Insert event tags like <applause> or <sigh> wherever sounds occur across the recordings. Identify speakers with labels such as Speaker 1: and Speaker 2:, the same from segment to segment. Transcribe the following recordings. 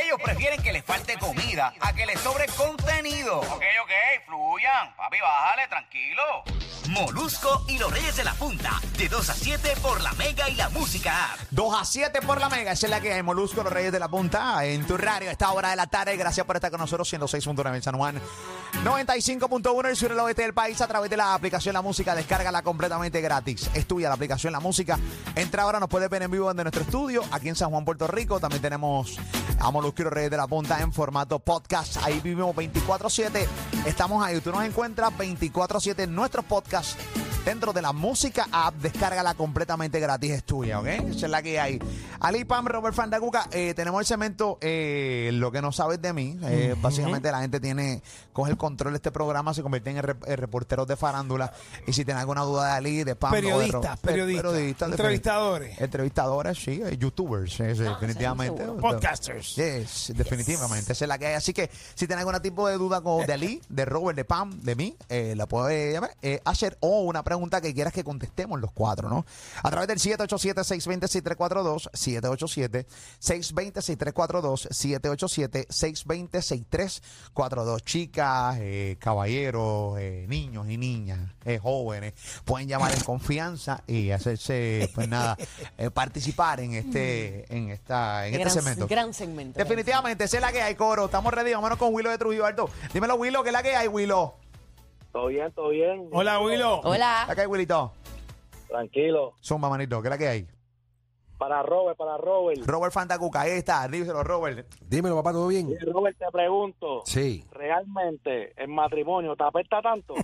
Speaker 1: Ellos prefieren que les falte comida a que les sobre contenido.
Speaker 2: Ok, ok, fluyan. Papi, bájale, tranquilo.
Speaker 1: Molusco y los Reyes de la Punta, de 2 a 7 por la Mega y la Música App.
Speaker 3: 2 a 7 por la mega. Esa es la que hay. Molusco, los Reyes de la Punta, en tu radio a esta hora de la tarde. Gracias por estar con nosotros. 106.9 en San Juan, 95.1 en el sur y el oeste del país a través de la aplicación La Música. Descárgala completamente gratis. Es tuya la aplicación La Música. Entra ahora, nos puedes ver en vivo desde nuestro estudio aquí en San Juan, Puerto Rico. También tenemos a Molusco y los Reyes de la Punta en formato podcast. Ahí vivimos 24-7. Estamos ahí. Tú nos encuentras 24-7 en nuestros podcasts dentro de la música app. Descárgala completamente gratis, es tuya, ¿ok? Esa es la que hay. Ali Pam, Robert Fandacuca, eh, tenemos el cemento eh, Lo que no sabes de mí. Eh, Básicamente la gente tiene, coge el control de este programa, se convierte en el rep- en reporteros de farándula. Y si tienen alguna duda de Ali, de Pam, o de
Speaker 4: Periodistas,
Speaker 3: Robert, eh,
Speaker 4: periodistas,
Speaker 3: de-
Speaker 4: entrevistadores.
Speaker 3: Entrevistadores, sí, eh, youtubers, eh, sí, definitivamente.
Speaker 4: Podcasters.
Speaker 3: Yes, definitivamente. Esa es la que hay. Así que si tienen algún tipo de duda con, de Ali, de Robert, de Pam, de mí, eh, la puede llamar, eh, hacer o una pregunta que quieras que contestemos los cuatro, ¿no? A través del 787-620-6342, 787-620-6342, 787-620-6342. Chicas, eh, caballeros, eh, niños y niñas, eh, jóvenes, pueden llamar en confianza y hacerse, pues nada, eh, participar en este, en esta, en este
Speaker 5: Gran-
Speaker 3: segmento.
Speaker 5: gran segmento.
Speaker 3: Definitivamente, esa es la que hay, coro. Estamos ready, vámonos con Willow de Trujillo Alto. Dímelo, Willow, ¿qué es la que hay, Willow?
Speaker 6: Todo bien, todo bien.
Speaker 4: Hola, Willow.
Speaker 3: ¿La
Speaker 5: Hola.
Speaker 3: que hay, Willito?
Speaker 6: Tranquilo.
Speaker 3: Zumba, manito, ¿qué es la que hay?
Speaker 6: Para Robert, para Robert.
Speaker 3: Robert Fantacuca, ahí está, díselo, Robert.
Speaker 7: Dímelo, papá, ¿todo bien?
Speaker 6: Oye, Robert, te pregunto.
Speaker 7: Sí.
Speaker 6: ¿Realmente el matrimonio te apesta tanto?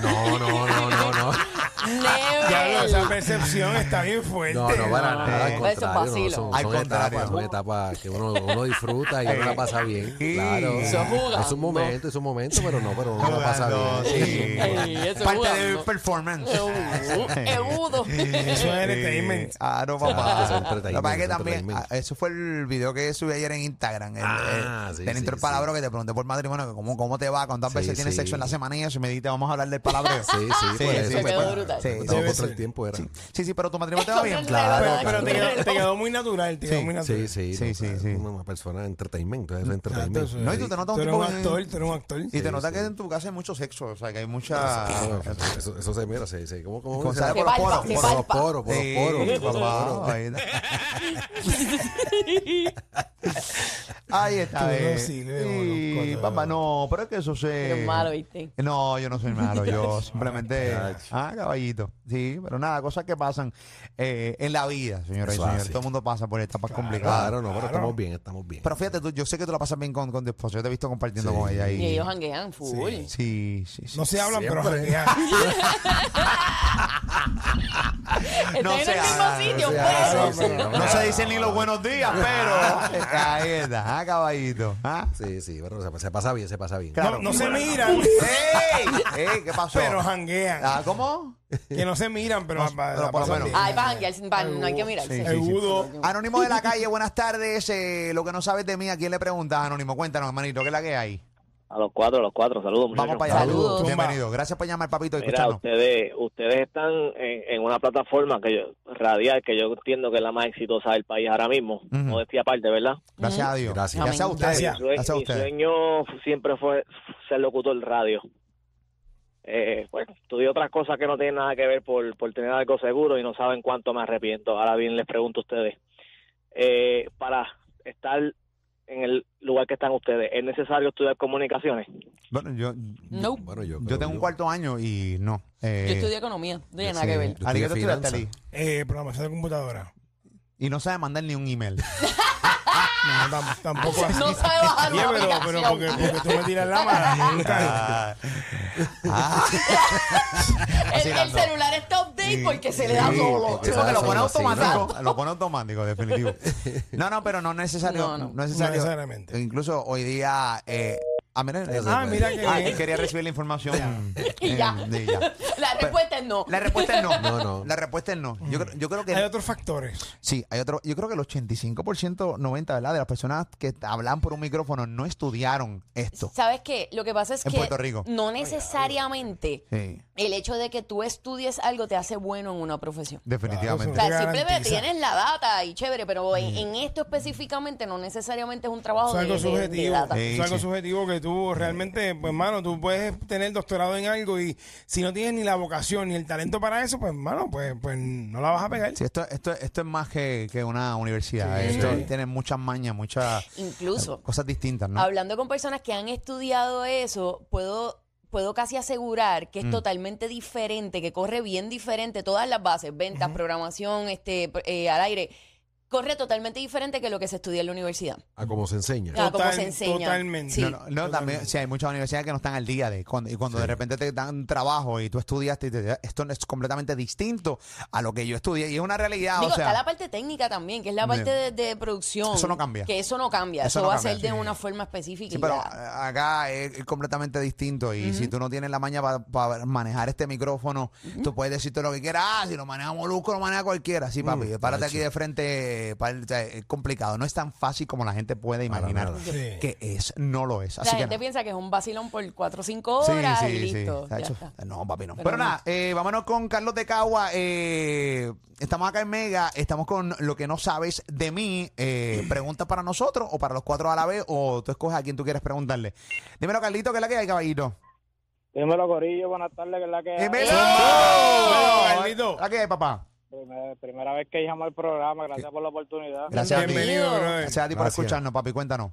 Speaker 7: No, no, no, no, no.
Speaker 5: Ah,
Speaker 3: Ah,
Speaker 4: Diablo,
Speaker 5: Level.
Speaker 4: esa percepción está bien fuerte.
Speaker 7: No, no, para nada. Al
Speaker 5: Eso es
Speaker 7: contrario, no,
Speaker 5: vacilo.
Speaker 7: son,
Speaker 3: Al
Speaker 7: son
Speaker 3: contrario.
Speaker 7: etapas, son etapas que uno, uno disfruta y uno la pasa bien. Claro.
Speaker 5: Eso jugando.
Speaker 7: Es un momento, es un momento, pero no, pero uno la pasa
Speaker 3: Jugando,
Speaker 7: bien.
Speaker 3: <laughs> sí.
Speaker 5: Ey, eso es
Speaker 3: Parte
Speaker 5: jugando.
Speaker 3: del performance. <laughs>
Speaker 5: Eudo.
Speaker 4: Eso es
Speaker 3: Eh,
Speaker 4: entertainment.
Speaker 3: ah, no,
Speaker 7: Ah, eso es
Speaker 3: papá.
Speaker 7: entertainment,
Speaker 3: Lo que pasa es que
Speaker 7: eso es
Speaker 3: también,
Speaker 7: entertainment.
Speaker 3: ah, eso fue el video que subí ayer en Instagram. El,
Speaker 7: Ah,
Speaker 3: el-
Speaker 7: sí,
Speaker 3: del
Speaker 7: sí,
Speaker 3: intro
Speaker 7: sí.
Speaker 3: palabra que te pregunté por matrimonio, que cómo, cómo te va, cuántas
Speaker 7: Sí,
Speaker 3: veces tienes
Speaker 7: sí.
Speaker 3: sexo en la semana y eso, y me dijiste, vamos a hablar del palabreo.
Speaker 7: Sí, sí, por eso.
Speaker 5: sí,
Speaker 7: pues,
Speaker 5: quedó
Speaker 7: para-
Speaker 5: brutal.
Speaker 7: porque
Speaker 3: Sí,
Speaker 7: estaba
Speaker 4: sí,
Speaker 7: contra
Speaker 4: sí.
Speaker 7: el tiempo, era.
Speaker 3: Sí, sí, sí, pero tu matrimonio te va bien.
Speaker 7: Claro,
Speaker 4: Pero, pero te,
Speaker 7: claro.
Speaker 4: quedó, te quedó muy natural, te quedó
Speaker 3: Sí.
Speaker 4: muy
Speaker 7: Sí,
Speaker 4: natural.
Speaker 7: sí,
Speaker 3: Sí,
Speaker 7: no,
Speaker 3: sí,
Speaker 7: o sea,
Speaker 3: sí.
Speaker 7: Una persona de entretenimiento, es
Speaker 4: Exacto,
Speaker 7: entretenimiento.
Speaker 4: eso
Speaker 3: No, y
Speaker 4: es.
Speaker 3: tú te notas un
Speaker 4: Tú eres un
Speaker 3: tipo bien-
Speaker 4: actor, tú eres un actor.
Speaker 3: Y te notas que en tu casa hay mucho sexo, o sea, que hay mucha...
Speaker 7: Eso, eso- eso- eso se mira, se, se, ¿cómo, cómo
Speaker 3: Con
Speaker 7: se
Speaker 3: sal- por
Speaker 7: llama?
Speaker 5: Se
Speaker 3: los
Speaker 5: palpa,
Speaker 3: poros,
Speaker 5: se
Speaker 7: por
Speaker 3: por los-
Speaker 7: los poros, por los
Speaker 3: Sí,
Speaker 7: poros. por los
Speaker 3: papá,
Speaker 7: poros.
Speaker 3: ahí está. Ahí está.
Speaker 4: Tú no
Speaker 3: eh.
Speaker 4: sirves,
Speaker 3: Sí,
Speaker 4: molusco, no.
Speaker 3: papá, no, pero es que eso se...
Speaker 5: Eres malo, ¿viste?
Speaker 3: No, yo no soy malo,
Speaker 5: <laughs>
Speaker 3: yo simplemente... ah, caballito. Sí, pero nada, cosas que pasan eh, en la vida, señoras y
Speaker 7: Eso es
Speaker 3: señores.
Speaker 7: así.
Speaker 3: Todo el mundo pasa por etapas complicadas.
Speaker 7: Claro, no, pero estamos bien, estamos bien.
Speaker 3: Pero fíjate, tú, yo sé que tú la pasas bien con, con tu esposa. Yo te he visto compartiendo con ella
Speaker 5: Y
Speaker 3: y...
Speaker 5: ellos hanguean full.
Speaker 3: Sí, sí, sí.
Speaker 4: No se hablan, pero
Speaker 7: Siempre.
Speaker 4: janguean.
Speaker 3: <laughs>
Speaker 5: Están
Speaker 3: No
Speaker 5: en
Speaker 3: se
Speaker 5: el
Speaker 3: haga,
Speaker 5: mismo sitio,
Speaker 7: se haga,
Speaker 5: pues.
Speaker 7: sí, sí,
Speaker 3: No se dicen ni los buenos días, pero ahí Ah, está, ah, caballito. ¿ah?
Speaker 7: Sí, sí, pero se, se pasa bien, se pasa bien.
Speaker 4: No, no se miran, eh,
Speaker 3: ¡Ey! ¡Ey! ¿Qué pasó?
Speaker 4: pero janguean.
Speaker 3: Ah, ¿Cómo?
Speaker 4: Que no se miran, pero,
Speaker 3: No,
Speaker 4: la- la
Speaker 3: pero por lo
Speaker 4: pasan
Speaker 3: menos.
Speaker 4: bien.
Speaker 5: Ay, para janguear, sin- pa- no hay que mirarse.
Speaker 3: Sí, sí, sí.
Speaker 4: Segudo.
Speaker 3: Anónimo de la calle, buenas tardes. Eh, lo que no sabes de mí, ¿a quién le preguntas, Anónimo? Cuéntanos, hermanito, ¿qué es la que hay?
Speaker 6: <laughs> A los cuatro, a los cuatro. Saludos, muchachos.
Speaker 3: Vamos para allá.
Speaker 5: Saludos.
Speaker 3: Bienvenido. Gracias por llamar, papito, y
Speaker 6: Mira,
Speaker 3: escucharnos.
Speaker 6: ustedes, ustedes están en, en una plataforma que yo, radial que yo entiendo que es la más exitosa del país ahora mismo.
Speaker 3: Ujú.
Speaker 6: No decía aparte, ¿verdad?
Speaker 3: Gracias a Dios.
Speaker 7: Gracias.
Speaker 3: Gracias a
Speaker 5: Amén.
Speaker 3: ustedes.
Speaker 4: Gracias.
Speaker 6: Sue-
Speaker 3: Gracias a
Speaker 6: mi
Speaker 3: ustedes.
Speaker 6: sueño siempre fue ser locutor de radio. Eh, bueno, estudié otras cosas que no tienen nada que ver por, por tener algo seguro y no saben cuánto me arrepiento. Ahora bien, les pregunto a ustedes, eh, para estar en el lugar que están ustedes, ¿es necesario estudiar comunicaciones?
Speaker 3: Bueno, yo,
Speaker 5: No.
Speaker 7: Bueno, yo,
Speaker 3: yo tengo un cuarto año y no. eh,
Speaker 5: Yo estudié economía, no tiene nada que ver.
Speaker 7: Yo
Speaker 3: Ali, ¿qué tú
Speaker 7: estudié
Speaker 3: estudiaste,
Speaker 7: finanzas.
Speaker 3: Ali?
Speaker 4: Eh, programación de computadora.
Speaker 3: Y no sabe mandar ni un <laughs> email.
Speaker 4: No, tam- tampoco así.
Speaker 5: No sabe
Speaker 4: <laughs>
Speaker 5: bajar
Speaker 4: Oye,
Speaker 5: la
Speaker 4: pero, pero porque,
Speaker 5: aplicación.
Speaker 4: porque tú me tiras la
Speaker 3: <laughs>
Speaker 4: mano. nunca.
Speaker 3: Ah. Ah.
Speaker 5: El, el celular está update porque se le da
Speaker 3: Sí,
Speaker 5: solo.
Speaker 3: porque
Speaker 7: Sí,
Speaker 3: porque lo
Speaker 7: son
Speaker 3: pone
Speaker 7: así,
Speaker 3: automático. Lo pone automático, definitivo. No, no, pero no necesario. No,
Speaker 5: No, no.
Speaker 3: necesario.
Speaker 4: No necesariamente.
Speaker 3: Incluso hoy día eh, Ah, mira,
Speaker 7: Eso
Speaker 4: Ah,
Speaker 7: fue.
Speaker 4: mira que
Speaker 3: Ah,
Speaker 4: bien.
Speaker 3: quería recibir la información.
Speaker 5: <laughs> Y ya.
Speaker 3: Mm, y ya.
Speaker 5: La respuesta es no.
Speaker 3: La respuesta es no.
Speaker 7: No, no.
Speaker 3: La respuesta es no. Yo, creo- yo creo que
Speaker 4: Hay otros factores.
Speaker 3: sí, hay otro, yo creo que el 85%, 90, ¿verdad? De las personas que hablan por un micrófono no estudiaron esto.
Speaker 5: ¿Sabes qué? Lo que pasa es
Speaker 3: En
Speaker 5: que
Speaker 3: Puerto Rico.
Speaker 5: no necesariamente
Speaker 3: Sí,
Speaker 5: el hecho de que tú estudies algo te hace bueno en una profesión. O
Speaker 3: definitivamente.
Speaker 4: Claro,
Speaker 5: sea,
Speaker 4: Te
Speaker 5: simplemente
Speaker 4: garantiza.
Speaker 5: tienes la data y chévere, pero
Speaker 3: Mm.
Speaker 5: en, en esto específicamente no necesariamente es un
Speaker 3: Oh,
Speaker 5: trabajo
Speaker 4: Es
Speaker 5: de,
Speaker 4: algo
Speaker 5: de- de
Speaker 4: subjetivo.
Speaker 5: data.
Speaker 3: Sí,
Speaker 4: Es algo
Speaker 3: sí.
Speaker 4: subjetivo que tú realmente, pues, hermano, tú puedes tener doctorado en algo y si no tienes ni la vocación ni el talento para eso, pues, hermano, pues, pues no la vas a pegar.
Speaker 3: Sí, esto, esto, esto es más que, que una universidad. esto tiene muchas mañas, muchas
Speaker 5: Incluso.
Speaker 3: cosas distintas, ¿no?
Speaker 5: Hablando con personas que han estudiado eso, puedo, puedo casi asegurar
Speaker 3: Mm.
Speaker 5: que es totalmente diferente, que corre bien diferente todas las bases, ventas, programación, este, pr- eh, al aire. Corre totalmente diferente que lo que se estudia en la universidad.
Speaker 7: A como se enseña.
Speaker 5: Ah, como
Speaker 4: Total-
Speaker 5: se enseña.
Speaker 4: totalmente.
Speaker 5: Sí.
Speaker 3: No, no, no, también, sí, hay muchas universidades que no están al día de cuando, y cuando de repente te dan trabajo y tú estudiaste, y te- esto es completamente distinto a lo que yo estudié y es una realidad.
Speaker 5: Digo,
Speaker 3: Ah, o sea,
Speaker 5: está la parte técnica también, que es la parte de, de producción.
Speaker 3: Eso no cambia.
Speaker 5: Que eso no cambia.
Speaker 3: Eso
Speaker 5: Eso,
Speaker 3: no
Speaker 5: va
Speaker 3: cambia,
Speaker 5: a ser de
Speaker 3: sí.
Speaker 5: una forma específica.
Speaker 3: Sí,
Speaker 5: y
Speaker 3: pero
Speaker 5: ya.
Speaker 3: a- acá es, es completamente distinto. Y si tú no tienes la maña para manejar este micrófono, tú puedes decir todo lo que quieras. Ah, si lo maneja Molusco, lo maneja cualquiera. Mm, Sí, papi, párate aquí de frente. eh, párate, o sea, es complicado. No es tan fácil como la gente puede imaginar
Speaker 7: nada.
Speaker 4: Sí.
Speaker 3: que es. No lo es.
Speaker 5: la
Speaker 3: Así que
Speaker 5: gente
Speaker 3: nada.
Speaker 5: piensa que es un vacilón por 4 o 5 horas y listo.
Speaker 3: Está
Speaker 5: ya
Speaker 3: hecho.
Speaker 5: está.
Speaker 3: No, papi, no. Pero,
Speaker 5: Pero no.
Speaker 3: nada, eh, vámonos con Carlos de Cagua. eh, estamos acá en Mega. Estamos con lo que no sabes de mí. <clears throat> eh, preguntas para nosotros o para los cuatro a la vez. O tú escoges a quien tú quieres preguntarle. Dímelo, Carlito, que es la que hay, caballito.
Speaker 6: Dímelo, Corillo, buenas tardes, que es la que hay.
Speaker 3: ¡Dímelo!
Speaker 4: ¡Eh! Carlito.
Speaker 3: ¿La que hay, papá?
Speaker 6: Primera, primera vez que llamo al programa, gracias por la oportunidad.
Speaker 3: Gracias a ti.
Speaker 4: Bienvenido, brother.
Speaker 3: Gracias a ti por
Speaker 7: Gracias.
Speaker 3: escucharnos, papi. Cuéntanos.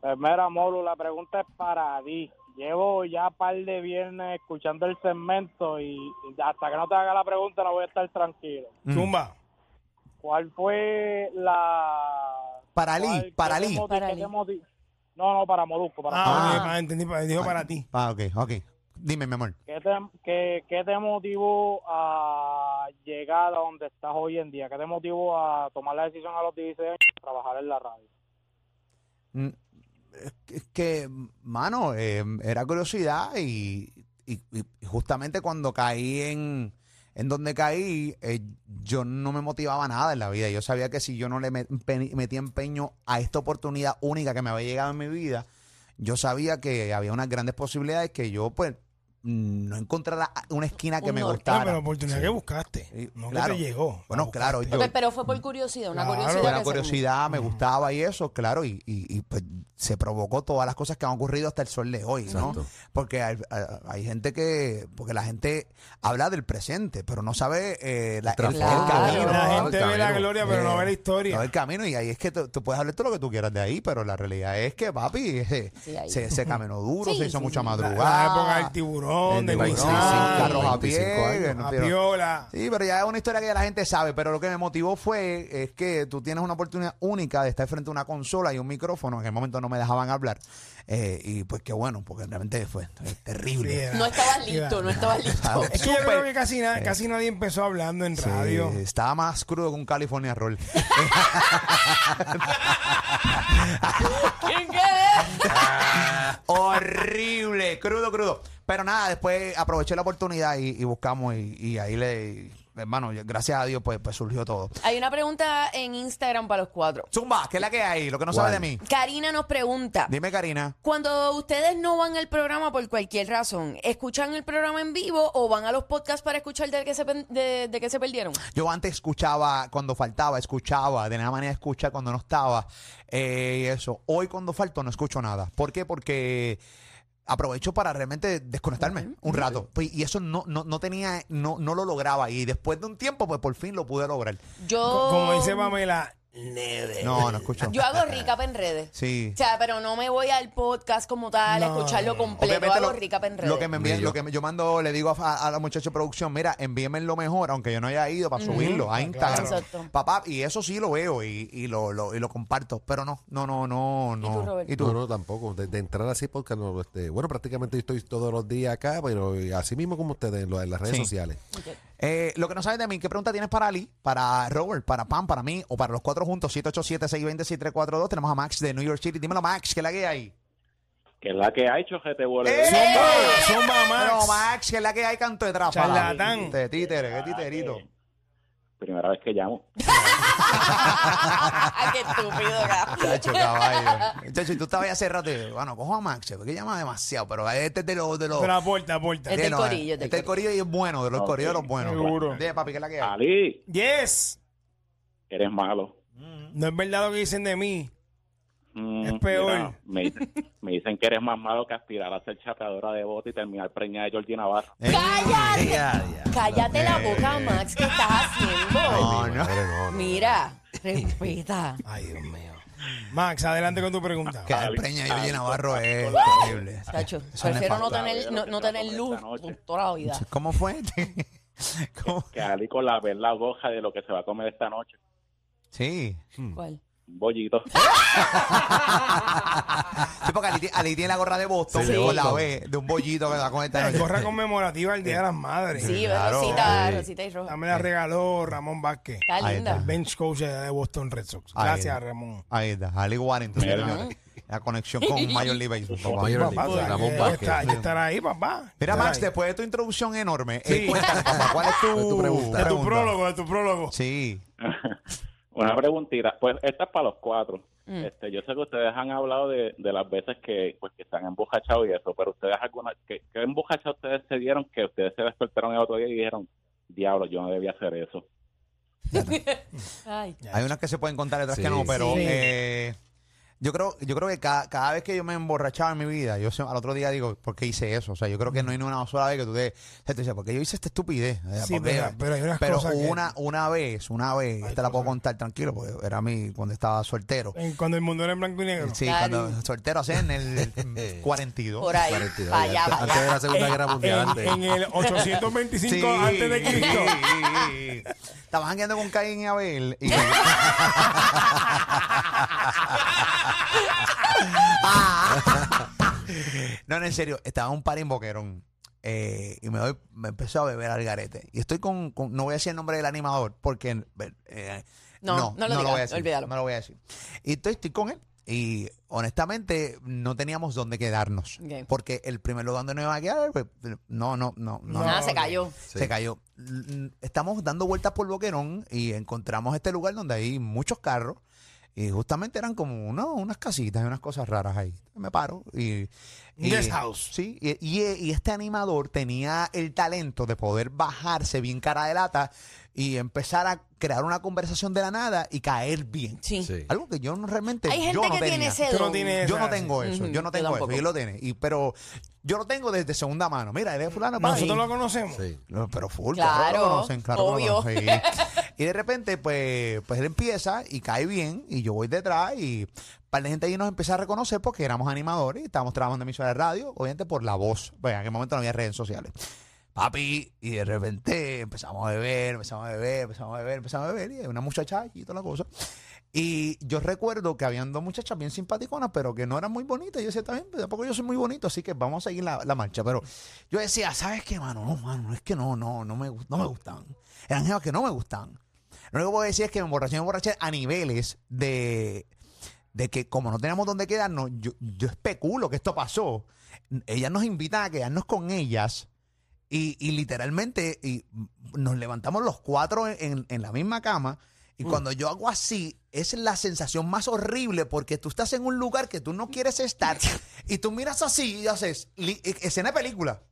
Speaker 6: Pues mira, Molu, la pregunta es para ti. Llevo ya par de viernes escuchando el segmento y hasta que no te haga la pregunta no voy a estar tranquilo.
Speaker 3: Mm.
Speaker 4: Mm. Zumba.
Speaker 6: ¿Cuál fue la...
Speaker 3: Para Lee,
Speaker 6: cuál- qué
Speaker 3: para
Speaker 6: te
Speaker 3: Lee.
Speaker 6: motiv-
Speaker 5: Para
Speaker 6: qué
Speaker 5: Lee.
Speaker 6: te motiv- No, no, para Molusco. Para Molusco.
Speaker 4: Ah, ok, pa- entendí, pa- dijo para ti.
Speaker 3: Ah, ok, ok. Dime, mi amor.
Speaker 6: ¿Qué, te, qué- qué te motivó a llegar a donde estás hoy en día? ¿Qué te motivó a tomar la decisión a los 16 años de trabajar en la radio?
Speaker 3: Mm, Es que- es que, mano, eh, era curiosidad y, y- y justamente cuando caí en, en donde caí, eh, yo no me motivaba nada en la vida. Yo sabía que si yo no le met- empe- metía empeño a esta oportunidad única que me había llegado en mi vida, yo sabía que había unas grandes posibilidades que yo, pues, mm, no encontrara una esquina que
Speaker 5: Un
Speaker 3: me
Speaker 5: norte.
Speaker 4: No, pero la
Speaker 3: gustara.
Speaker 4: oportunidad que buscaste.
Speaker 3: Sí,
Speaker 4: no
Speaker 3: claro.
Speaker 4: que te llegó.
Speaker 3: Bueno,
Speaker 4: La
Speaker 3: claro, yo,
Speaker 5: Ok, pero fue por curiosidad, una
Speaker 4: Claro,
Speaker 5: curiosidad.
Speaker 3: Fue
Speaker 5: que
Speaker 3: una
Speaker 5: se-
Speaker 3: curiosidad, me gustaba y eso, claro, y, y- y, pues, se provocó todas las cosas que han ocurrido hasta el sol de hoy, ¿no?
Speaker 7: Exacto.
Speaker 3: Porque hay, hay- hay gente que, porque la gente habla del presente, pero no sabe eh, la- el, el
Speaker 7: Claro.
Speaker 4: Y
Speaker 3: camino. Eh,
Speaker 4: la
Speaker 7: Ah,
Speaker 4: gente ve la
Speaker 7: cabrón.
Speaker 4: gloria, pero no ve la historia.
Speaker 3: No, el camino, y ahí es que tú tú puedes hablar todo lo que tú quieras de ahí, pero la realidad es que, papi, ese,
Speaker 5: Sí, ahí.
Speaker 3: se, se caminó duro,
Speaker 5: Sí,
Speaker 3: se hizo
Speaker 5: sí,
Speaker 3: mucha
Speaker 5: sí.
Speaker 4: La-
Speaker 3: madrugada.
Speaker 4: la época del tiburón, del
Speaker 3: del
Speaker 7: tiburón,
Speaker 4: Nissan,
Speaker 3: carros a
Speaker 7: 25
Speaker 3: pie,
Speaker 7: años.
Speaker 3: que no-
Speaker 4: la
Speaker 3: pero-
Speaker 4: piola.
Speaker 3: Sí, pero ya es una historia que ya la gente sabe. Pero lo que me motivó fue es que tú tienes una oportunidad única de estar frente a una consola y un micrófono. En el momento no me dejaban hablar. Eh, y pues qué bueno, porque realmente fue
Speaker 4: Sí,
Speaker 3: terrible.
Speaker 4: era.
Speaker 5: No
Speaker 3: <laughs>
Speaker 5: estabas listo, no estabas listo.
Speaker 4: Es que yo creo que casi, na- casi nadie empezó hablando en
Speaker 3: Sí,
Speaker 4: radio.
Speaker 3: estaba más crudo que un California Roll.
Speaker 5: <laughs>
Speaker 3: <laughs>
Speaker 5: ¿Quién qué?
Speaker 3: Horrible, crudo, crudo. Pero nada, después aproveché la oportunidad y, y buscamos y, y ahí le... Hermano, yo- gracias a Dios pues, pues surgió todo.
Speaker 5: Hay una pregunta en Instagram para los cuatro.
Speaker 3: Zumba, ¿qué es la que hay? Lo que no
Speaker 7: ¿Cuál?
Speaker 3: sabe de mí.
Speaker 5: Karina nos pregunta.
Speaker 3: Dime, Karina.
Speaker 5: Cuando ustedes no van al programa por cualquier razón, ¿escuchan el programa en vivo o van a los podcasts para escuchar de que se, pen- de, de que se perdieron?
Speaker 3: Yo antes escuchaba cuando faltaba, escuchaba, tenía la manera de escuchar cuando no estaba. eh, y eso. Hoy cuando falto no escucho nada. ¿Por qué? Porque aprovecho para realmente desconectarme un rato. Pues, Y eso no, no, no tenía, no, no lo lograba. Y después de un tiempo, pues por fin lo pude lograr.
Speaker 5: Yo,
Speaker 4: Como dice Pamela,
Speaker 3: No, no escucho. Eh,
Speaker 5: yo hago recap en redes.
Speaker 3: Sí.
Speaker 5: O sea, pero no me voy al podcast como tal a
Speaker 4: No.
Speaker 5: escucharlo completo.
Speaker 3: Obviamente
Speaker 5: hago recap en redes.
Speaker 3: lo que me envían,
Speaker 7: Ni yo.
Speaker 3: lo que me- yo mando, le digo a, a los muchachos de producción, mira, envíenme lo mejor, aunque yo no haya ido, para subirlo
Speaker 4: Ah,
Speaker 3: a Instagram.
Speaker 5: Exacto.
Speaker 3: Papá, y eso sí lo veo y, y lo, lo- y lo comparto, pero no, no, no, no, no.
Speaker 5: Roberto?
Speaker 7: No, no, tampoco. De, de entrar así podcast, no, este, bueno, prácticamente yo estoy todos los días acá, pero así mismo como ustedes en, lo- en las redes
Speaker 3: Sí.
Speaker 7: sociales.
Speaker 3: Eh, lo que no sabes de mí, ¿qué pregunta tienes para Ali, para Robert, para Pam, para mí o para los cuatro juntos? 787-620-6342. Tenemos a Max de New York City. Dímelo, Max, ¿qué la que hay ahí?
Speaker 6: Que es la que ha hecho GT World.
Speaker 3: ¡Eh!
Speaker 4: Zumba, Zumba
Speaker 3: Pero
Speaker 4: Max.
Speaker 3: Max, que es la que hay canto de trafa.
Speaker 4: Charlatán.
Speaker 3: De títere, qué titerito. Eh.
Speaker 6: Primera vez que llamo.
Speaker 5: ¡Qué estúpido, gato!
Speaker 3: Chacho, caballo. Chacho, y tú estabas ahí hace rato. y yo, Bueno, cojo a Max, porque llama demasiado, pero este es de los. De los
Speaker 4: Pero aporta, aporta.
Speaker 5: Es
Speaker 3: de
Speaker 5: del
Speaker 3: los-
Speaker 5: corillo, es del
Speaker 3: Este es el corillo y es bueno, de los
Speaker 6: Ok.
Speaker 3: corillos de los buenos.
Speaker 4: Seguro.
Speaker 3: De papi, que es la que hay.
Speaker 6: Ali,
Speaker 4: Yes.
Speaker 6: eres malo.
Speaker 4: No es verdad lo que dicen de mí.
Speaker 6: Mm,
Speaker 4: Es peor.
Speaker 6: mira, me, dicen, me dicen que eres más malo que aspirar a ser chapeadora de bote y terminar preñada de Jordi Navarro.
Speaker 3: Eh,
Speaker 5: ¡Cállate!
Speaker 3: ya, ya.
Speaker 5: Cállate la boca, Max, ¿qué estás haciendo?
Speaker 3: No, no.
Speaker 7: Madre, no, no.
Speaker 5: Mira, respeta.
Speaker 4: Ay, Dios mío. Max, adelante con tu pregunta.
Speaker 3: Que la preña de Jordi Navarro es terrible.
Speaker 5: Chacho,
Speaker 3: Eso no es
Speaker 5: prefiero no
Speaker 3: falta.
Speaker 5: tener, no, no tener luz toda la vida.
Speaker 3: ¿Cómo fue? <laughs> ¿Cómo?
Speaker 6: Que Ali con la verla goja de lo que se va a comer esta noche.
Speaker 3: Sí.
Speaker 4: Hmm.
Speaker 5: ¿Cuál?
Speaker 6: Un bollito.
Speaker 3: Sí, porque Ali, ti- Ali tiene la gorra de Boston
Speaker 7: Sí, de
Speaker 3: con la
Speaker 7: Boston.
Speaker 3: B, de un bollito que va con esta
Speaker 4: La
Speaker 3: noche.
Speaker 4: gorra conmemorativa del Día de las Madres.
Speaker 5: Sí,
Speaker 3: Claro.
Speaker 5: Rosita,
Speaker 3: Sí.
Speaker 5: Rosita y Roja.
Speaker 4: Ya me la regaló Ramón Vázquez,
Speaker 5: Está
Speaker 3: Ahí
Speaker 5: linda.
Speaker 3: está.
Speaker 4: bench coach de Boston Red Sox.
Speaker 3: Ahí
Speaker 4: Gracias,
Speaker 3: está.
Speaker 4: Ramón.
Speaker 3: Ahí está, Ali Warrington,
Speaker 6: Mira.
Speaker 3: señores. La conexión <laughs> con Major League Baseball. papá.
Speaker 7: Major League.
Speaker 4: Papá,
Speaker 7: Ramón
Speaker 4: hay que-
Speaker 7: Vázquez.
Speaker 4: está- hay que estar ahí, papá.
Speaker 3: Mira,
Speaker 4: Estar
Speaker 3: Max,
Speaker 4: ahí.
Speaker 3: después de tu introducción enorme,
Speaker 4: Sí.
Speaker 3: eh, cuéntanos, papá, ¿cuál es tu,
Speaker 7: ¿Cuál es tu pregunta?
Speaker 4: De <laughs> tu prólogo, de tu prólogo.
Speaker 3: Sí.
Speaker 6: Una preguntita. Pues esta es para los cuatro. Este, yo sé que ustedes han hablado de, de las veces que, pues, que se han embujachado y eso, pero ustedes alguna, ¿qué, qué embujacha ustedes se dieron que ustedes se despertaron el otro día y dijeron, diablo, yo no debía hacer eso?
Speaker 5: Ay,
Speaker 3: Hay unas que se pueden contar, otras
Speaker 7: Sí.
Speaker 3: que no, pero
Speaker 5: Sí.
Speaker 3: eh, yo creo yo creo que ca- cada, vez que yo me emborrachaba en mi vida, yo se- al otro día digo, ¿por qué hice eso? O sea, yo creo que no hay ni una sola vez que tú te, o sea, tú dices, ¿por qué yo hice esta estupidez? O sea,
Speaker 4: Sí,
Speaker 3: ¿por qué?
Speaker 4: pero- pero hay unas
Speaker 3: Pero
Speaker 4: cosas que-
Speaker 3: una, una vez, una vez, esta la puedo contar tranquilo, porque era mi, cuando estaba soltero.
Speaker 4: En- Cuando el mundo era en blanco y negro.
Speaker 3: Sí,
Speaker 5: Claro.
Speaker 3: cuando soltero, así en el 42.
Speaker 5: por ahí,
Speaker 7: 42,
Speaker 5: para
Speaker 7: ya,
Speaker 5: allá, para
Speaker 7: Antes de
Speaker 5: allá.
Speaker 7: la Segunda Guerra Mundial.
Speaker 4: En,
Speaker 7: antes.
Speaker 4: en el
Speaker 3: Sí.
Speaker 4: 825 antes de Cristo.
Speaker 3: Sí. Estaba jangueando con Caín y Abel. Y... <laughs> no, no, en serio. Estaba en un par en Boquerón. eh, y me, doy, me empezó a beber al garete. Y estoy con, con- No voy a decir el nombre del animador porque. eh,
Speaker 5: No,
Speaker 3: no,
Speaker 5: no lo digas,
Speaker 3: voy a decir.
Speaker 5: olvídalo.
Speaker 3: No lo voy a decir. Y estoy, estoy con él. Y honestamente, no teníamos dónde quedarnos.
Speaker 5: Ok.
Speaker 3: Porque el primer lugar donde nos iba a quedar, pues, no, no, no, no.
Speaker 5: Nada,
Speaker 3: no.
Speaker 5: se cayó.
Speaker 3: Se cayó. L- Estamos dando vueltas por Boquerón y encontramos este lugar donde hay muchos carros. Y justamente eran como uno- unas casitas y unas cosas raras ahí. Me paro y...
Speaker 4: Un
Speaker 3: y-
Speaker 4: guest house.
Speaker 3: Sí, y, y- y este animador tenía el talento de poder bajarse bien cara de lata y empezar a crear una conversación de la nada y caer bien.
Speaker 5: Sí.
Speaker 7: Sí.
Speaker 3: Algo que yo no, realmente...
Speaker 5: Hay gente
Speaker 3: yo no
Speaker 5: que tiene
Speaker 3: tenía.
Speaker 5: ese
Speaker 4: Tú no
Speaker 5: don.
Speaker 4: tienes-
Speaker 3: Yo no
Speaker 4: Exacto.
Speaker 3: tengo eso,
Speaker 5: Ujú,
Speaker 3: yo no
Speaker 5: yo
Speaker 3: tengo eso,
Speaker 5: tampoco.
Speaker 3: y él lo tiene. Y, pero yo lo tengo desde segunda mano. Mira, él es fulano. pa,
Speaker 4: Nosotros
Speaker 3: y-
Speaker 4: lo conocemos.
Speaker 7: Sí.
Speaker 3: no, pero full,
Speaker 5: Claro,
Speaker 3: claro, lo conocen, claro que lo
Speaker 5: obvio.
Speaker 3: conocen, sí. Y de repente, pues, pues él empieza y cae bien, y yo voy detrás, y para la gente ahí nos empieza a reconocer porque éramos animadores y estábamos trabajando en emisora de radio, obviamente por la voz. Bueno, en aquel momento no había redes sociales. Papi, y de repente empezamos a beber, empezamos a beber, empezamos a beber, empezamos a beber, y hay una muchacha allí y toda la cosa. Y yo recuerdo que habían dos muchachas bien simpaticonas, pero que no eran muy bonitas. Y Yo decía, también, tampoco yo soy muy bonito, así que vamos a seguir la, la marcha. Pero yo decía, ¿sabes qué, mano? No, mano, es que no, no, no me, gu- no me gustan. Eran jevas que no me gustan. Lo único que puedo decir es que me emborraché, me emborraché a niveles de, de que como no teníamos dónde quedarnos, yo, yo especulo que esto pasó. Ellas nos invitan a quedarnos con ellas. Y, y literalmente y nos levantamos los cuatro en, en- en la misma cama. Y cuando yo hago así, es la sensación más horrible porque tú estás en un lugar que tú no quieres estar y tú miras así y haces li- escena de película.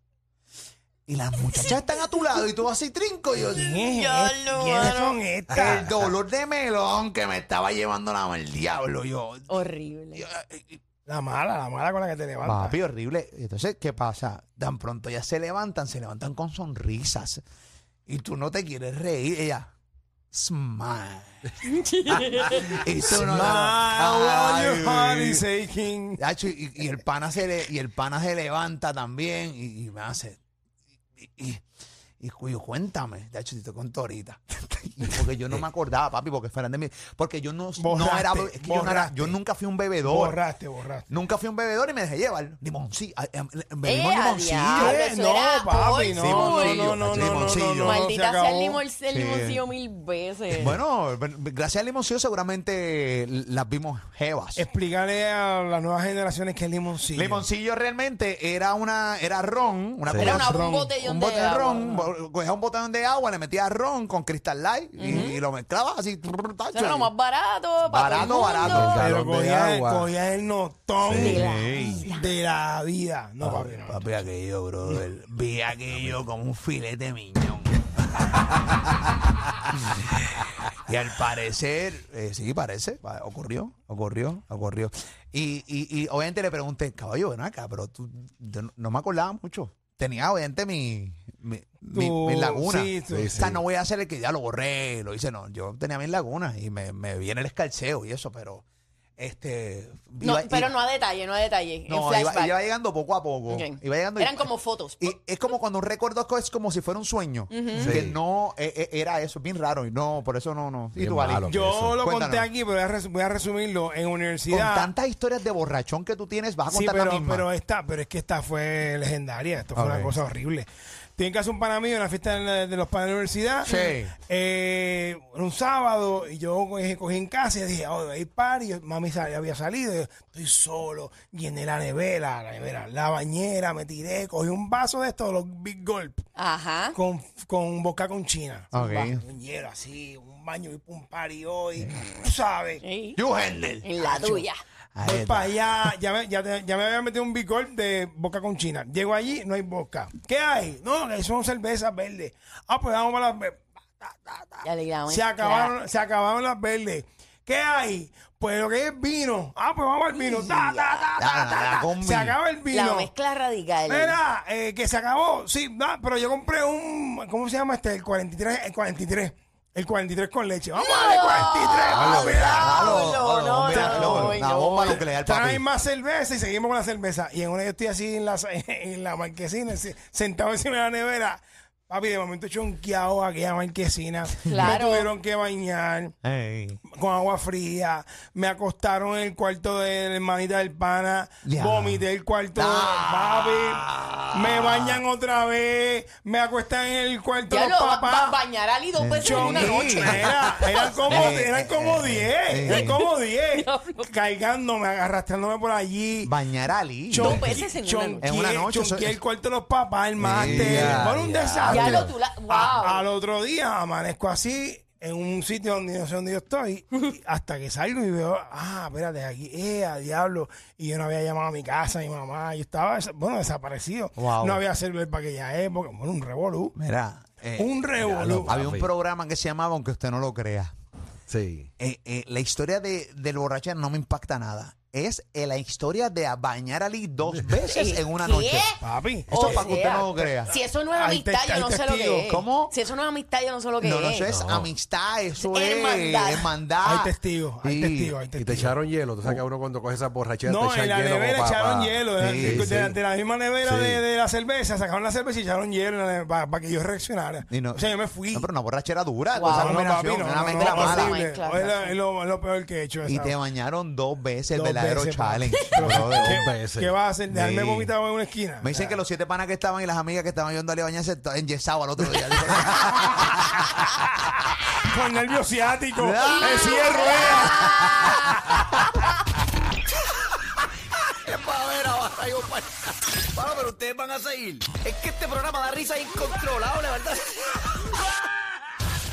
Speaker 3: Y las muchachas están a tu lado y tú así trinco. Y yo,
Speaker 4: ¿Quién es
Speaker 5: Yo
Speaker 4: este?
Speaker 5: lo
Speaker 4: ¿Quiénes
Speaker 5: amo.
Speaker 4: son
Speaker 3: <laughs>
Speaker 4: estas?
Speaker 3: el dolor de melón que me estaba llevando la el diablo. Yo, eh,
Speaker 5: Horrible.
Speaker 4: La mala, la mala con la que te levantas.
Speaker 3: Papi, horrible. Entonces, ¿qué pasa? Tan pronto ya se levantan, se levantan con sonrisas. Y tú no te quieres reír. Ella, smile. <laughs> y tú no
Speaker 4: My
Speaker 3: Ay.
Speaker 4: your heart is aching.
Speaker 3: Hacho, y, y el pana se le- y el pana se levanta también y, y me hace. Y, y- Y cuyo, cuéntame, de hecho, te cuento
Speaker 4: <laughs>
Speaker 3: ahorita. porque yo no me acordaba, papi, porque Fernández me. Porque yo no, no
Speaker 4: Borraste,
Speaker 3: era. es que yo, no era-
Speaker 4: borraste.
Speaker 3: yo nunca fui un bebedor.
Speaker 4: Borraste, borraste.
Speaker 3: Nunca fui un bebedor y me dejé llevar. Limoncillo. ah, eh, eh,
Speaker 5: Eh,
Speaker 3: Bebimos
Speaker 5: a
Speaker 3: limoncillo.
Speaker 5: diablo.
Speaker 4: Eh,
Speaker 5: eso
Speaker 4: No,
Speaker 5: era
Speaker 4: papi,
Speaker 5: old
Speaker 4: no,
Speaker 3: school.
Speaker 4: no, no, no, no, no, no, no,
Speaker 5: Maldita
Speaker 4: se
Speaker 5: sea el,
Speaker 4: acabó.
Speaker 5: limol, el
Speaker 3: Sí.
Speaker 5: limoncillo mil veces.
Speaker 3: Bueno, gracias al limoncillo seguramente las vimos jevas.
Speaker 4: Explicarle a las nuevas generaciones que es limoncillo.
Speaker 3: Limoncillo realmente era una era ron, una cosa-
Speaker 5: Era una-
Speaker 4: ron,
Speaker 5: un botellón
Speaker 3: un
Speaker 5: de
Speaker 3: bote de
Speaker 5: agua.
Speaker 3: ron, bo- cogía un botón de agua, le metía ron con Crystal Light y- y, lo mezclaba así. trrr,
Speaker 5: Eso era lo más barato.
Speaker 3: Barato,
Speaker 5: para todo el mundo.
Speaker 3: barato.
Speaker 4: Pero
Speaker 7: Galón de
Speaker 4: cogía,
Speaker 7: agua.
Speaker 4: cogía el notón
Speaker 3: Sí.
Speaker 4: de la vida. No, papi, no.
Speaker 3: Ah, Papi, aquello, brother. Vi aquello como un filete miñón. y al parecer, eh, sí, parece, pa- ocurrió, ocurrió, ocurrió. Y, y, y obviamente le pregunté, caballo, ven acá, pero tú, yo no, no me acordaba mucho. Tenía obviamente mi, mi, mi-
Speaker 4: Tú,
Speaker 3: mi laguna.
Speaker 4: sí, tú.
Speaker 3: O sea, no voy a hacer el que ya lo borré, lo hice, no. Yo tenía mis lagunas y me, me viene el escalceo y eso, pero este...
Speaker 5: No,
Speaker 3: iba- iba-
Speaker 5: pero no a detalle, no a detalle. en
Speaker 3: no, iba,
Speaker 5: flashback.
Speaker 3: iba llegando poco a poco.
Speaker 5: Ok.
Speaker 3: Iba llegando y-
Speaker 5: Eran como fotos.
Speaker 3: Y es como cuando un recuerdo es como si fuera un sueño. Que
Speaker 7: Sí.
Speaker 3: no eh, eh, era eso, bien raro. Y no, por eso no, no. Y
Speaker 7: Bien
Speaker 3: tú, Ali,
Speaker 7: malo.
Speaker 4: Yo
Speaker 7: Eso.
Speaker 4: lo
Speaker 3: Cuéntanos.
Speaker 4: conté aquí, pero voy a, resu- voy a resumirlo. En
Speaker 3: con
Speaker 4: universidad.
Speaker 3: tantas historias de borrachón que tú tienes, vas a
Speaker 4: Sí,
Speaker 3: contar la
Speaker 4: pero,
Speaker 3: misma.
Speaker 4: pero eh, esta, pero es que esta fue legendaria. Esto fue
Speaker 3: Ok.
Speaker 4: una cosa horrible. Tienen que hacer un pana mío en la fiesta de, la- de los padres de la universidad.
Speaker 3: Sí.
Speaker 4: Eh, un sábado, y yo cogí, cogí en casa y dije, oh, hay par. Y yo- mami sal- había salido. y yo, estoy solo. Llené la nevera, la nevera, la bañera, me tiré, cogí un vaso de estos, de los Big Gulp,
Speaker 5: Ajá.
Speaker 4: con, con boca con china.
Speaker 3: Ok.
Speaker 4: Un ba- un hielo así, un baño y un party hoy. Tú sabes.
Speaker 5: Ey,
Speaker 3: You handle.
Speaker 4: eh,
Speaker 5: en la tuya.
Speaker 3: Ahí
Speaker 4: Voy
Speaker 3: está.
Speaker 4: para allá, ya me, ya, te- ya me había metido un bicol de boca con china. Llego allí, no hay boca. ¿Qué hay? No, que son cervezas verdes. Ah, pues vamos para las verdes.
Speaker 5: Ya le damos.
Speaker 4: Se acabaron, se acabaron las verdes. ¿Qué hay? Pues lo que es vino. Ah, pues vamos al vino. Ta, ta, ta, ta,
Speaker 3: La- la-
Speaker 4: ta,
Speaker 3: la
Speaker 4: ta.
Speaker 3: combi.
Speaker 4: Se acaba el vino.
Speaker 5: La mezcla radical.
Speaker 4: Mira, eh, que se acabó. Sí, no, pero yo compré un. ¿Cómo se llama este? El 43. El 43. El 43 con leche. Vamos a darle 43.
Speaker 3: Diablo,
Speaker 4: papi, dale.
Speaker 3: diablo,
Speaker 5: no,
Speaker 3: diablo,
Speaker 5: no,
Speaker 3: mira,
Speaker 5: no,
Speaker 3: no,
Speaker 5: no.
Speaker 3: Una bomba nuclear,
Speaker 4: Trae
Speaker 3: papi.
Speaker 4: más cerveza y seguimos con la cerveza. Y en una yo estoy así en la, <laughs> en la marquesina, así, sentado encima de la nevera. Papi, de momento chonqueado aquella marquesina.
Speaker 5: Claro.
Speaker 4: Me tuvieron que bañar
Speaker 3: Ey.
Speaker 4: con agua fría. Me acostaron en el cuarto de la hermanita del pana.
Speaker 3: Ya.
Speaker 4: Vomité el cuarto
Speaker 3: Ah.
Speaker 4: de papi. Me bañan otra vez. Me acuestan en el cuarto
Speaker 5: Ya
Speaker 4: de
Speaker 5: lo
Speaker 4: los
Speaker 5: va, va a
Speaker 4: papás.
Speaker 5: bañar a Ali dos veces en
Speaker 4: Chon-
Speaker 5: una noche.
Speaker 4: Era- eran como
Speaker 3: Eh,
Speaker 4: eran como 10, eran como 10,
Speaker 5: Diablo.
Speaker 4: cargándome, arrastrándome por allí.
Speaker 3: Bañar a Ali.
Speaker 4: Chon-
Speaker 5: Dos veces en una
Speaker 4: chonqueé-
Speaker 3: noche. En una noche,
Speaker 4: chonqueé
Speaker 3: eso-
Speaker 4: el cuarto de los papás, el máster.
Speaker 3: Ya,
Speaker 4: Fue un
Speaker 3: ya.
Speaker 4: desastre.
Speaker 5: Ya lo tú la- wow.
Speaker 4: A- al otro día amanezco así en un sitio donde no sé dónde yo estoy
Speaker 5: <laughs>
Speaker 4: y hasta que salgo y veo, ah, espérate, aquí, eh, a diablo. Y yo no había llamado a mi casa, a mi mamá, yo estaba, desa- bueno, desaparecido.
Speaker 3: Wow.
Speaker 4: No había celular para aquella época, bueno, un revolú.
Speaker 3: Mira. eh,
Speaker 4: Un revolú.
Speaker 3: había un
Speaker 7: Papi.
Speaker 3: programa que se llamaba, aunque usted no lo crea.
Speaker 7: Sí.
Speaker 3: eh, eh, la historia de, del borrachera no me impacta nada. Es eh, la historia de a bañar a Ali dos
Speaker 4: <laughs>
Speaker 3: veces en una
Speaker 5: ¿Qué?
Speaker 3: noche.
Speaker 4: Papi, eh,
Speaker 3: Esto
Speaker 5: O
Speaker 3: es para que usted
Speaker 5: sea,
Speaker 3: no lo crea.
Speaker 5: Si eso no es
Speaker 4: Hay
Speaker 5: amistad,
Speaker 4: te-
Speaker 5: yo
Speaker 4: hay
Speaker 5: no sé lo
Speaker 4: testigos.
Speaker 5: que es.
Speaker 3: ¿Cómo?
Speaker 5: Si eso no es amistad, yo no sé lo que
Speaker 3: No, no,
Speaker 5: es.
Speaker 3: eso es amistad, eso
Speaker 5: Hermandad.
Speaker 3: es hermandad.
Speaker 4: hay testigos, hay
Speaker 3: Ah, Sí.
Speaker 4: testigos, hay
Speaker 7: Y te
Speaker 4: testigos.
Speaker 7: echaron hielo. Tú sabes que uno cuando coge esas borracheras
Speaker 4: Oh. No,
Speaker 7: te
Speaker 4: en
Speaker 7: echan
Speaker 4: la
Speaker 7: hielo.
Speaker 4: nevera
Speaker 7: como pa-
Speaker 4: echaron
Speaker 7: pa-
Speaker 4: hielo. De,
Speaker 7: Sí,
Speaker 4: de-
Speaker 7: sí.
Speaker 4: de- de la misma nevera
Speaker 7: Sí.
Speaker 4: de, de la cerveza, sacaron la cerveza y echaron hielo para que yo reaccionara.
Speaker 3: Y no-
Speaker 4: o sea, yo me fui.
Speaker 3: No, pero una borrachera dura.
Speaker 5: Wow.
Speaker 3: esa
Speaker 4: No, no, papi,
Speaker 3: combinación,
Speaker 4: no, no,
Speaker 3: una
Speaker 4: no,
Speaker 3: mezcla
Speaker 4: no,
Speaker 3: mala.
Speaker 4: horrible.
Speaker 5: Mezcla,
Speaker 4: Es la- es lo, lo peor que he hecho.
Speaker 3: Y
Speaker 4: esa-
Speaker 3: te bañaron dos veces el
Speaker 4: dos
Speaker 3: verdadero
Speaker 4: veces, papi.
Speaker 3: challenge.
Speaker 4: Pero,
Speaker 3: brother.
Speaker 4: ¿qué-
Speaker 7: dos veces.
Speaker 4: ¿Qué vas a hacer? ¿Dejarme
Speaker 3: Sí.
Speaker 4: vomitado en una esquina?
Speaker 3: Me dicen que los siete panas que estaban y las amigas que estaban yendo a Ali a bañarse estaban enyesados al otro día.
Speaker 4: Con
Speaker 3: <laughs>
Speaker 4: nervio ciático.
Speaker 3: Ah.
Speaker 4: el cierre era.
Speaker 1: para ver abajo, hay un par- Bueno, pero ustedes van a seguir. Es que este programa da risa incontrolable, la verdad.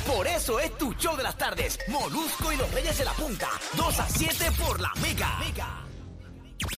Speaker 1: Por eso es tu show de las tardes. Molusco y los Reyes de la Punta. 2 a 7 por la Mega. Mega.